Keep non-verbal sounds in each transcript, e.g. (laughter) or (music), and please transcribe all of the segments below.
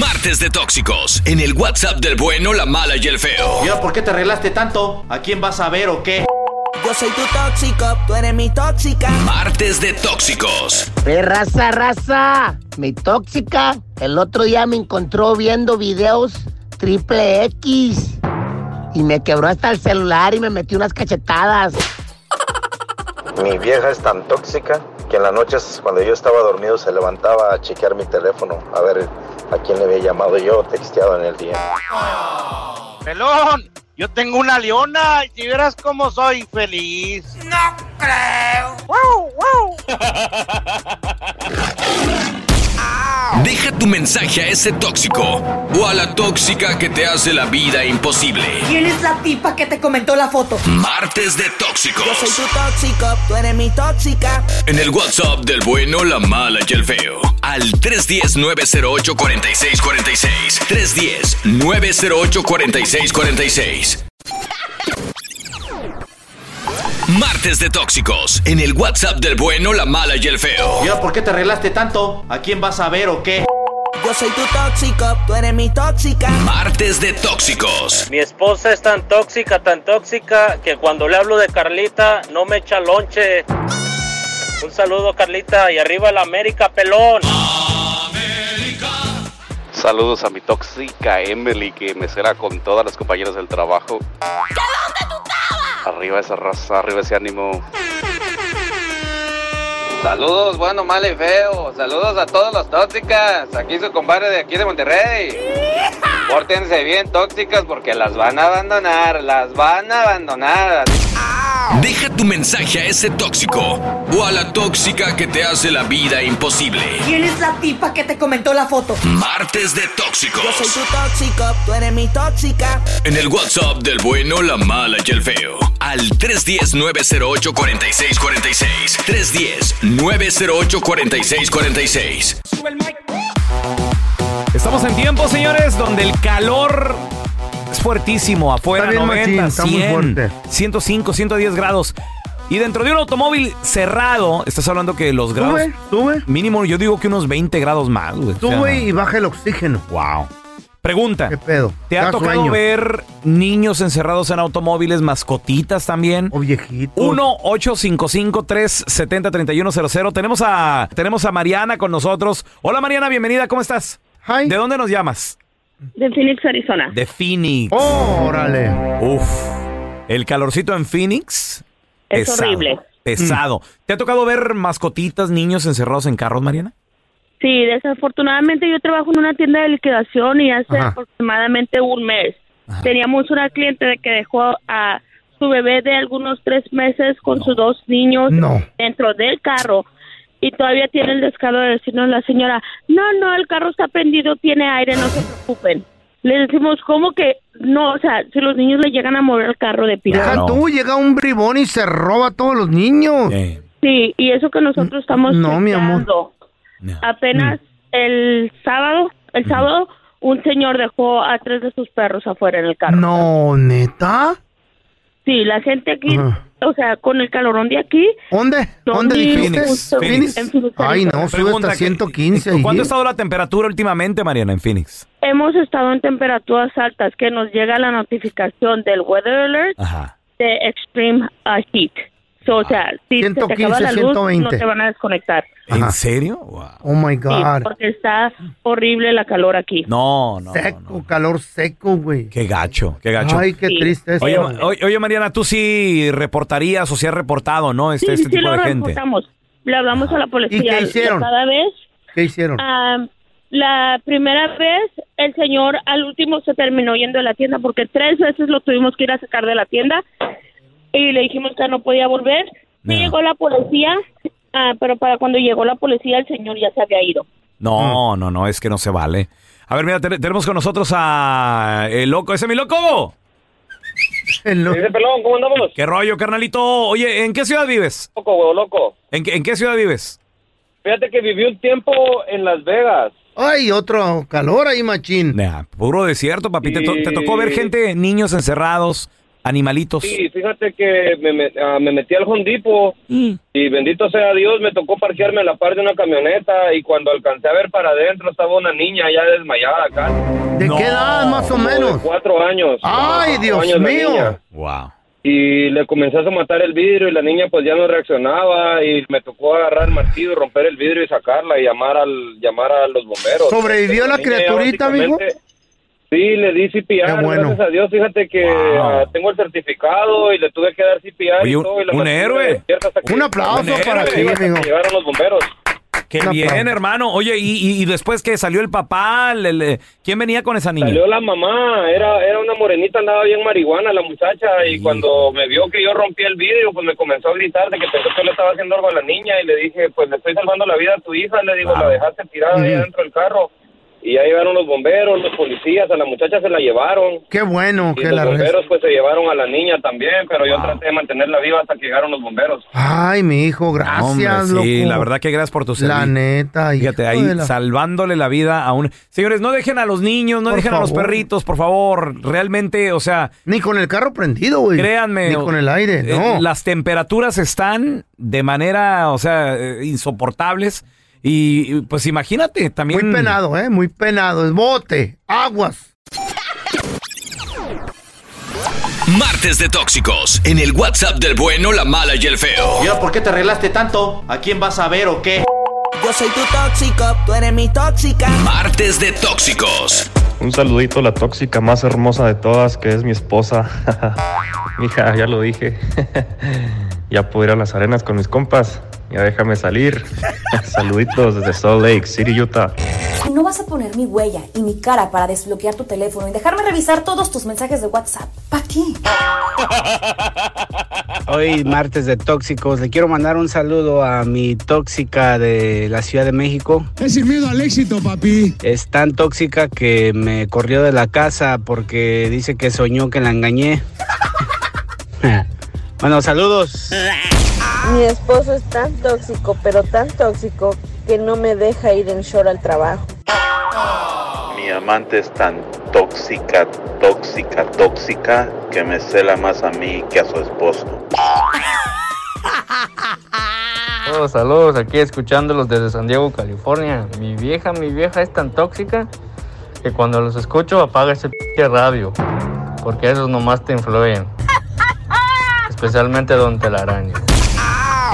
Martes de Tóxicos, en el WhatsApp del bueno, la mala y el feo. Mira, ¿por qué te arreglaste tanto? ¿A quién vas a ver o qué? Yo soy tu tóxico, tú eres mi tóxica. Martes de Tóxicos. ¡Eh, raza, raza! Mi tóxica el otro día me encontró viendo videos triple X y me quebró hasta el celular y me metió unas cachetadas. Mi vieja es tan tóxica que en las noches cuando yo estaba dormido se levantaba a chequear mi teléfono a ver a quién le había llamado yo o texteado en el día. Pelón, yo tengo una leona y si vieras cómo soy feliz. No creo. ¡Wow, wow! Deja tu mensaje a ese tóxico o a la tóxica que te hace la vida imposible. ¿Quién es la tipa que te comentó la foto? Martes de Yo soy Tóxicos. tu tóxico, tú eres mi tóxica. En el WhatsApp del bueno, la mala y el feo. Al 310-908-4646. 310-908-4646. Martes de Tóxicos. En el WhatsApp del bueno, la mala y el feo. Mira, ¿por qué te arreglaste tanto? ¿A quién vas a ver o qué? Yo soy tu tóxico, tú eres mi tóxica. Martes de Tóxicos. Mi esposa es tan tóxica, tan tóxica, que cuando le hablo de Carlita no me echa lonche. Un saludo, Carlita, y arriba la América, pelón. Saludos a mi tóxica Emily, que me será con todas las compañeras del trabajo. Arriba esa raza, arriba ese ánimo. Saludos, bueno, mal y feo. Saludos a todas las tóxicas. Aquí su compadre de aquí de Monterrey. Pórtense bien, tóxicas, porque las van a abandonar. Las van a abandonar. Deja tu mensaje a ese tóxico o a la tóxica que te hace la vida imposible. ¿Quién es la tipa que te comentó la foto? Martes de Yo soy Tóxicos. tu tóxico, tú eres mi tóxica. En el WhatsApp del bueno, la mala y el feo. Al 310-908-4646. 310-908-4646. Estamos en tiempo, señores, donde el calor es fuertísimo. Afuera, Está bien 90, machín, está muy 100, fuerte. 105, 110 grados. Y dentro de un automóvil cerrado, estás hablando que los grados... Sube, sube. Mínimo, yo digo que unos 20 grados más, güey. O sea, Sube y baja el oxígeno. Wow. Pregunta. ¿Qué pedo? ¿Te Da ha tocado sueño. ver niños encerrados en automóviles, mascotitas también? O viejito. 1-855-370-3100. Tenemos a, tenemos a Mariana con nosotros. Hola Mariana, bienvenida, ¿cómo estás? Hi. ¿De dónde nos llamas? De Phoenix, Arizona. De Phoenix. órale. Uf. El calorcito en Phoenix. Es horrible. Pesado. Mm. ¿Te ha tocado ver mascotitas, niños encerrados en carros, Mariana? Sí, desafortunadamente yo trabajo en una tienda de liquidación y hace Ajá. aproximadamente un mes teníamos una cliente de que dejó a su bebé de algunos tres meses con sus dos niños No. dentro del carro y todavía tiene el descaro de decirnos la señora, no, no, el carro está prendido, tiene aire, no se preocupen. Le decimos, ¿cómo que no? O sea, si los niños le llegan a mover el carro de pila. Deja Claro. tú, llega un bribón y se roba a todos los niños. Eh, Sí, y eso que nosotros estamos no, mi amor. chequeando. no. Apenas el sábado, el sábado, un señor dejó a tres de sus perros afuera en el carro. No, neta. Sí, la gente aquí, o sea, con el calorón de aquí. ¿Dónde? ¿Dónde dijiste? Phoenix. Ah. Ay, no, sube Pregunta hasta que- 115. ¿Cuánto ahí. ha estado la temperatura últimamente, Mariana, en Phoenix? Hemos estado en temperaturas altas que nos llega la notificación del Weather Alert Ajá. de Extreme ah, Heat. So, o sea, si se te acaba 115, la luz, 120. no te van a desconectar. ¿En serio? Oh my Sí, God. porque está horrible la calor aquí. No, no. seco, calor seco, güey. Qué gacho, qué gacho. Ay, qué triste eso. Oye, ma- oye, oye, Mariana, tú sí reportarías o sí has reportado, ¿no? Este, sí, este sí, tipo lo de gente. reportamos. Le hablamos a la policía. hicieron? Cada vez ¿Qué hicieron? Ah, la primera vez, el señor al último se terminó yendo de la tienda porque tres veces lo tuvimos que ir a sacar de la tienda y le dijimos que no podía volver. Sí llegó la policía, ah, pero para cuando llegó la policía, el señor ya se había ido. Mm. No, no, no, es que no se vale. A ver, mira, te- tenemos con nosotros a el loco, ese es mi (laughs) loco. Ese pelón, ¿cómo andamos? ¿Qué rollo, carnalito? Oye, ¿en qué ciudad vives? Loco, güey, loco. ¿En, qué- en qué ciudad vives? Fíjate que viví un tiempo en Las Vegas. Ay, otro calor ahí, machín. Puro desierto, papi. Te, to- Sí. te tocó ver gente, niños encerrados, animalitos. Sí, fíjate que me, me- ah, me metí al Hondipo Mm. y bendito sea Dios, me tocó parquearme a la par de una camioneta y cuando alcancé a ver para adentro estaba una niña ya desmayada acá. ¿De qué edad más o Como de menos? cuatro años. Ay, Cuatro Dios años la mío. niña. Wow. Y le comencé a matar el vidrio y la niña pues ya no reaccionaba y me tocó agarrar el martillo, romper el vidrio y sacarla y llamar al llamar a los bomberos. ¿Sobrevivió la niña ya criaturita, amigo? básicamente- Sí, le di CPR, Qué bueno. gracias a Dios, fíjate que Wow. ah, tengo el certificado y le tuve que dar CPR Oye, y un- todo. y la un mantuve héroe. despierta hasta que- Un aplauso Un héroe, para ti, hasta que amigo. Llegaron los bomberos. Qué Un bien, aplauso. hermano. Oye, y, y- y después que salió el papá, le- le- ¿quién venía con esa niña? Salió la mamá, era, era una morenita, andaba bien marihuana la muchacha y cuando me vio que yo rompí el vidrio, pues me comenzó a gritar de que pensó que le estaba haciendo algo a la niña y le dije, pues le estoy salvando la vida a tu hija, le digo, la dejaste tirada ahí Ujú. dentro del carro. Y ya llegaron los bomberos, los policías, a la muchacha se la llevaron. Qué bueno Y que los la res- bomberos pues se llevaron a la niña también, pero yo traté de mantenerla viva hasta que llegaron los bomberos. Ay, mi hijo, Hombre, gracias, sí, loco. la verdad que gracias por tu servicio. La neta, Fíjate, hijo ahí de la- salvándole la vida a un... Señores, no dejen a los niños, no Por dejen a los favor. perritos, por favor. Realmente, o sea... Ni con el carro prendido, güey. Créanme. Ni o- con el aire, eh, no. Las temperaturas están de manera, o sea, eh, insoportables. Y y, pues imagínate también... Muy penado, ¿eh? Muy penado. Es bote, aguas. Martes de tóxicos en el WhatsApp del bueno, la mala y el feo. ¿Y ahora por qué te arreglaste tanto? ¿A quién vas a ver o qué? Yo soy tu tóxico, tú eres mi tóxica. Martes de tóxicos. Un saludito a la tóxica más hermosa de todas, que es mi esposa. (laughs) Mija, ya lo dije. (laughs) ya puedo ir a las arenas con mis compas. Ya déjame salir. (laughs) Saluditos desde Salt Lake City, Utah. Si no vas a poner mi huella y mi cara para desbloquear tu teléfono y dejarme revisar todos tus mensajes de WhatsApp, ¿para qué? Hoy martes de tóxicos, le quiero mandar un saludo a mi tóxica de la Ciudad de México. Es sin miedo al éxito, papi. Es tan tóxica que me corrió de la casa porque dice que soñó que la engañé. (laughs) bueno, saludos. Mi esposo es tan tóxico, pero tan tóxico, que no me deja ir en short al trabajo. Mi amante es tan tóxica, tóxica, tóxica, que me cela más a mí que a su esposo. Saludos, saludos, aquí escuchándolos desde San Diego, California. Mi vieja, mi vieja es tan tóxica que cuando los escucho apaga ese p radio, porque esos nomás te influyen. Especialmente Don Telaraño.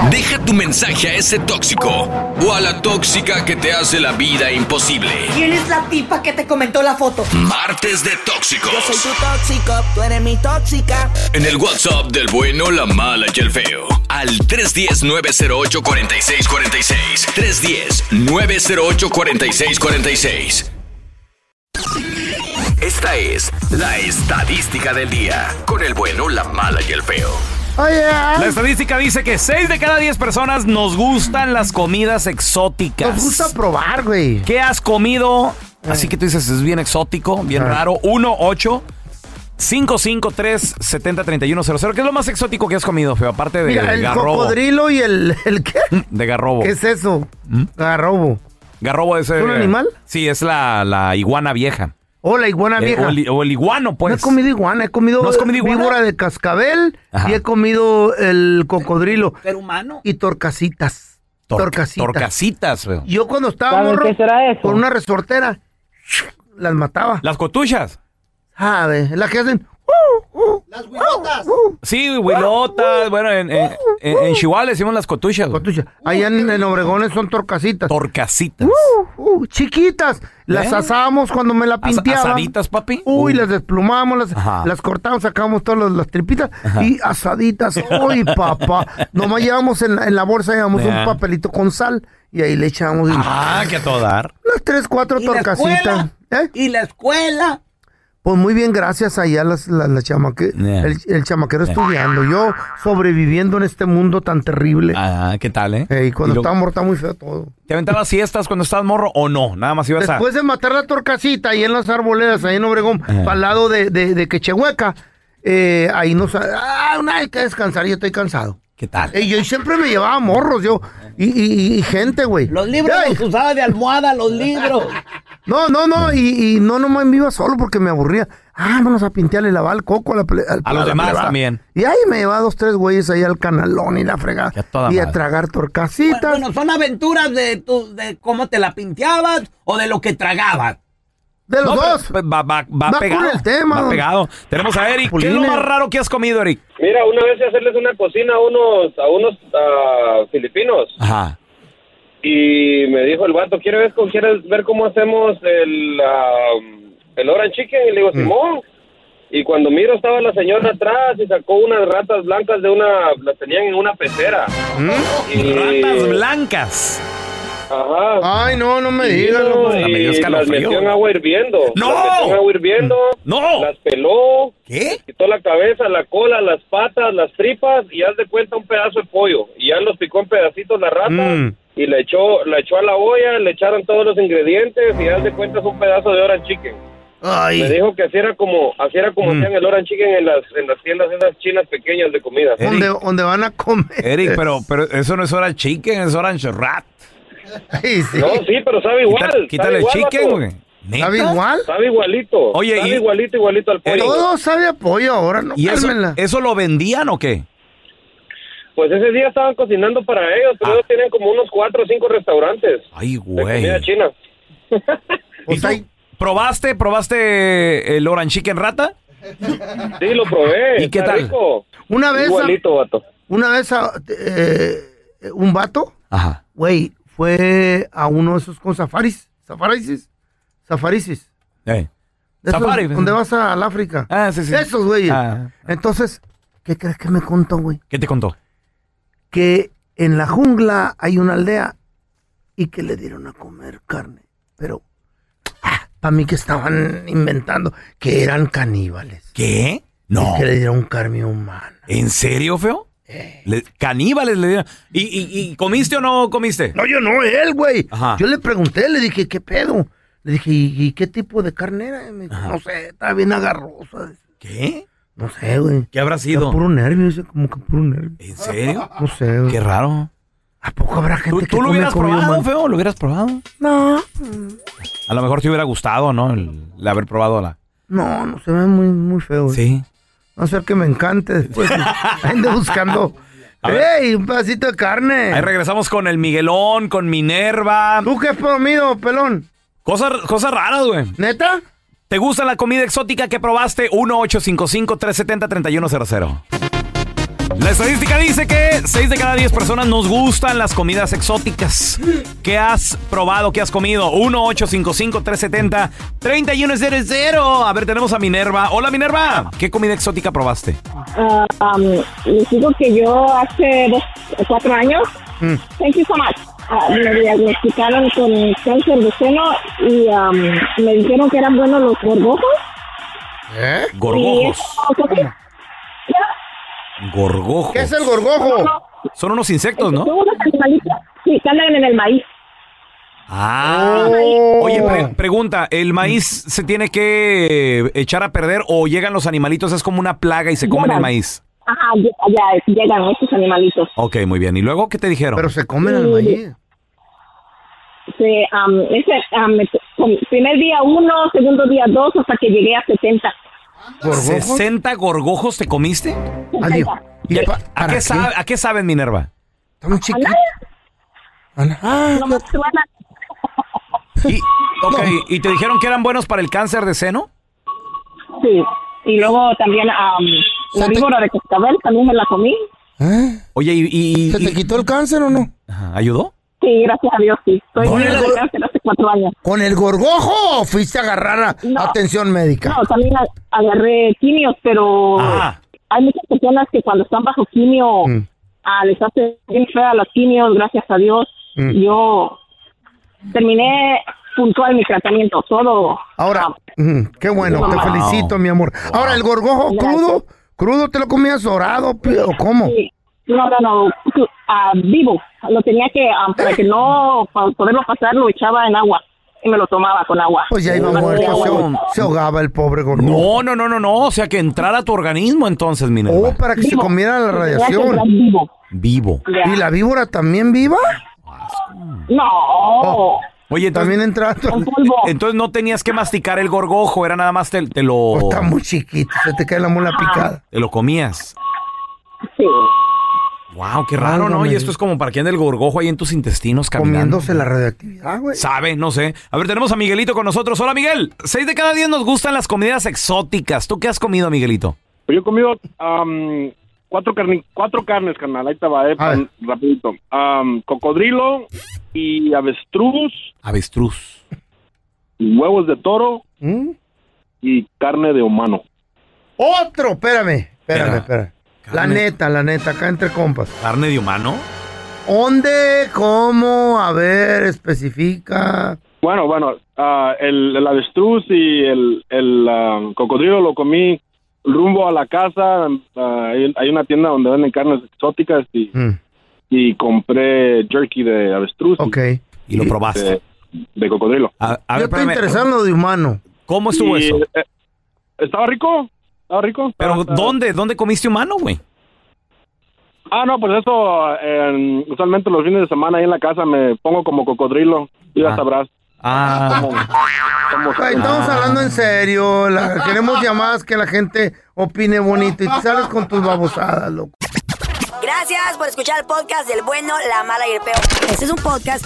Deja tu mensaje a ese tóxico o a la tóxica que te hace la vida imposible. ¿Quién es la tipa que te comentó la foto? Martes de Yo soy tóxicos. tu tóxico, tú eres mi tóxica. En el WhatsApp del bueno, la mala y el feo. Al 310-908-4646. 310-908-4646. Esta es la estadística del día. Con el bueno, la mala y el feo. La estadística dice que 6 de cada 10 personas nos gustan las comidas exóticas. Nos gusta probar, güey. Eh. ¿Qué has comido? Así que tú dices, es bien exótico, bien Ah. raro. 1 8 553 703100. ¿Qué es lo más exótico que has comido, feo? Aparte de, Mira, el garrobo. cocodrilo y el, el qué? De garrobo. ¿Qué es ¿Mm? eso? Garrobo. Garrobo es. ¿Es un eh, animal? Sí, es la, la iguana vieja. O la iguana Eh, vieja. o, el, o el iguano, pues. No he comido iguana, he comido, ¿No has comido iguana? víbora de cascabel Ajá. y he comido el cocodrilo. Pero humano. Y torcasitas. Tor- torcasitas. Torcasitas, feo. Yo cuando estaba ¿Sabes morro, qué será eso? con una resortera, las mataba. Las cotuchas. ¿Sabe? Es La que hacen. uh, Las huilotas. Sí, huilotas. Bueno, en, en, en- en Chihuahua le decimos las cotuchas. güey. Allá en, en Obregones son torcasitas. Torcasitas. Uh, uh, chiquitas. Las ¿Eh? asábamos cuando me la As- pinteaba. asaditas, papi. Uh. Uy, las desplumábamos, Ajá. las, las cortamos, sacábamos todas las, las tripitas Ajá. y asaditas. Uy, papá. Nomás llevamos en la, en la bolsa, llevamos Ya. un papelito con sal y ahí le echamos y- Ah, que a todo dar. unas tres, cuatro ¿Y la torcasitas. escuela? ¿Y la escuela? Pues muy bien, gracias allá las, la- la chamaque- Yeah. el, el chamaquero Yeah. estudiando, yo sobreviviendo en este mundo tan terrible. Ah, ¿qué tal, eh? Y cuando Y luego- estaba muerta muy feo todo. ¿Te aventabas siestas cuando estabas morro o no? Nada más ibas Después de matar la torcasita ahí en las arboledas, ahí en Obregón, al lado de, de, de Quechehueca, eh, ahí nos... Ah, una hay que descansar, yo estoy cansado. ¿Qué tal? Y yo y siempre me llevaba morros, yo, y, y- y gente, güey. Los libros Ay, los usaba de almohada, los libros. No, no, no, y, y no nomás me iba solo porque me aburría. Ah, vamos a pintear y lavar el coco a la ple- al- A los la demás plebada. también. Y ahí me llevaba dos, tres güeyes ahí al canalón y la fregada. toda y a madre. tragar torcasitas. Bueno, son aventuras de, tu, de cómo te la pinteabas o de lo que tragabas. De los No, pero- dos. pues Va, va, va Va pegado. con el tema, va don. pegado. Tenemos a Eric. ¿Qué es lo Pulines. más raro que has comido, Eric? Mira, una vez fui a hacerles una cocina a unos, a unos ah, filipinos Ajá. y me dijo el vato, ¿quieres ver, con- quieres ver cómo hacemos el, ah, el orange chicken? Y le Mm. digo, Simón. Y cuando miro estaba la señora atrás y sacó unas ratas blancas de una, las tenían en una pecera. ¿Mm? Y- Ratas blancas. Ajá. Ay, no, no me Y digas. vino no, y pues. las metió en agua hirviendo. ¡No! Las metió en agua hirviendo. Mm. ¡No! Las peló. ¿Qué? les Quitó la cabeza, la cola, las patas, las tripas y haz de cuenta un pedazo de pollo. Y ya los picó en pedacitos la rata. Mm. Y le echó, la echó a la olla, le echaron todos los ingredientes y Ah. haz de cuenta es un pedazo de orange chicken. Ay. Me dijo que así era como, así era como Mm. hacían el orange chicken en las, en las tiendas esas chinas pequeñas de comida. ¿Dónde, dónde van a comer? Eric, (laughs) pero, pero eso no es orange chicken, es orange rat. Ay, sí. No, sí, pero sabe igual. sabe Quítale, quítale el igual, chicken, vato. güey. ¿Neta? ¿Sabe igual? Sabe igualito. Oye, sabe y- igualito, igualito al pollo. Todo sabe a pollo ahora, no ¿Y eso, cálmenla. eso lo vendían o qué? Pues ese día estaban cocinando para ellos, Ah. pero ellos tienen como unos cuatro o cinco restaurantes Ay, de güey. comida china. ¿Y tú ¿Probaste, probaste el orange chicken rata? Sí, lo probé. ¿Y qué está tal? rico. Una vez, a- Igualito, vato. una vez a- eh, un vato, Ajá. güey, fue a uno de esos con safaris. Safarisis. Safarisis. Eh. De esos Safari, donde eh. vas a- al África. Ah, sí, sí. De esos, güeyes. Ah. Entonces, ¿qué crees que me contó, güey? ¿Qué te contó? Que en la jungla hay una aldea y que le dieron a comer carne. Pero, para mí que estaban inventando, que eran caníbales. ¿Qué? No. Y Eh. que le dieron carne humana. ¿En serio, feo? Le- caníbales le dieron. ¿Y, y, y comiste o no comiste? No, yo no, él, güey. Ajá. Yo le pregunté, le dije, ¿qué pedo? Le dije, ¿y, y qué tipo de carne era? Y me dijo, no sé, está bien agarrosa. ¿Qué? No sé, güey. ¿Qué habrá Era sido? puro nervio, dice, como que puro nervio. ¿En serio? No sé, güey. Qué raro. ¿A poco habrá gente ¿Tú, que tú lo come hubieras comida probado, humana? feo? ¿Lo hubieras probado? No, A lo mejor te hubiera gustado, ¿no? El, el haber probado la. no, no se ve muy, muy feo, güey. Sí. No ser que me encante después. pues, (laughs) Ande buscando. A ver. ¡Ey, un pedacito de carne! Ahí regresamos con el Miguelón, con Minerva. ¿Tú qué has comido, pelón? Cosas, cosas raras, güey. ¿Neta? ¿Te gusta la comida exótica que probaste? 1-855-370-3100. La estadística dice que 6 de cada 10 personas nos gustan las comidas exóticas. ¿Qué has probado? ¿Qué has comido? 1-855-370-3100. A ver, tenemos a Minerva. Hola, Minerva. ¿Qué comida exótica probaste? Ah, um, les digo que yo hace dos, cuatro años, thank you so much, ah, me diagnosticaron con cáncer de seno y um, me dijeron que eran buenos los gorgojos. ¿Eh? Y Gorgojos. eso, ¿qué- qué- Gorgojos. ¿Qué es el gorgojo? Son unos insectos, ¿no? son unos animalitos, Sí, que andan en el maíz. Ah. Oye, pre- pregunta, ¿el maíz se tiene que eh, echar a perder o llegan los animalitos? Es como una plaga y se comen el Llegan. maíz. Ajá, ya, ya llegan estos animalitos. Ok, muy bien. ¿Y luego qué te dijeron? Pero se comen el maíz. este, am, ese, am, com- primer día uno, segundo día dos, hasta que llegué a 70. ¿60 gorgojos te comiste? Adiós. ¿Y a- ¿A, qué sabe- a qué saben, Minerva? Nomás suena. Ok, ¿y te dijeron que eran buenos para el cáncer de seno? Sí. Y luego también am, la víbora de cascabel también me la comí. Oye, ¿y, y- ¿Eh? ¿Se te y- quitó el cáncer o no? Ajá, ayudó? Sí, gracias a Dios, sí. Estoy Con el, libre de gor- cáncer hace cuatro años. ¿Con el gorgojo o fuiste a agarrar a- atención médica? No, también a- agarré quimios, pero hay muchas personas que cuando están bajo quimio Mm. ah, les hace bien fea las quimios, gracias a Dios. Mm. Yo terminé puntual mi tratamiento, todo. Ah. Ahora, Mm, qué bueno, te Wow. felicito, mi amor. Ahora, ¿el gorgojo crudo? ¿Crudo te lo comías dorado pi- o cómo? No, no, no, ah, vivo. Lo tenía que, ah, para que no, para poderlo pasar, lo echaba en agua y me lo tomaba con agua. Pues ya iba Lo hacía muerto, agua. se, ho- se ahogaba el pobre gorgojo. No, no, no, no, no. O sea, que entrara a tu organismo entonces, Minerva. Oh, para que se comiera la radiación. Vivo. ¿Y la víbora también viva? No. Oh. Oye, también entraste. Entonces no tenías que masticar el gorgojo, era nada más te, te lo... Oh, está muy chiquito, se te cae la Ah. mula picada. Te lo comías. Sí. Wow, qué raro, ¿no? Válgame Y esto es como para que ande el gorgojo ahí en tus intestinos caminando. Comiéndose la radioactividad, ah, güey. Sabe, no sé. A ver, tenemos a Miguelito con nosotros. Hola, Miguel. Seis de cada diez nos gustan las comidas exóticas. ¿Tú qué has comido, Miguelito? Pues yo he comido am, cuatro, carni- cuatro carnes, carnal. Ahí te va, eh, A ver. rapidito. Am, cocodrilo y avestruz, Avestruz. huevos de toro ¿Mm? y carne de humano. Otro, espérame, espérame, espérame. La Carne. neta, la neta, acá entre compas. ¿Carne de humano? ¿Dónde? ¿Cómo? A ver, especifica. Bueno, bueno, ah, el, el avestruz y el, el, am, cocodrilo lo comí rumbo a la casa. Ah, hay, hay una tienda donde venden carnes exóticas y, Mm, y compré jerky de avestruz. Ok. Y lo probaste. De, de cocodrilo. A Yo estoy interesado en lo de humano. ¿Cómo estuvo Y, eso? eh, estaba rico, estaba rico. Pero Estaba- ¿dónde? ¿Dónde comiste humano, güey? Ah, no, pues eso, eh, usualmente los fines de semana ahí en la casa me pongo como cocodrilo, y ya sabrás. Güey, Pues, Estamos Ah. hablando en serio. la- queremos llamadas que la gente opine bonito. Y tú sales con tus babosadas, loco. Gracias por escuchar el podcast del bueno, la mala y el peor. Este es un podcast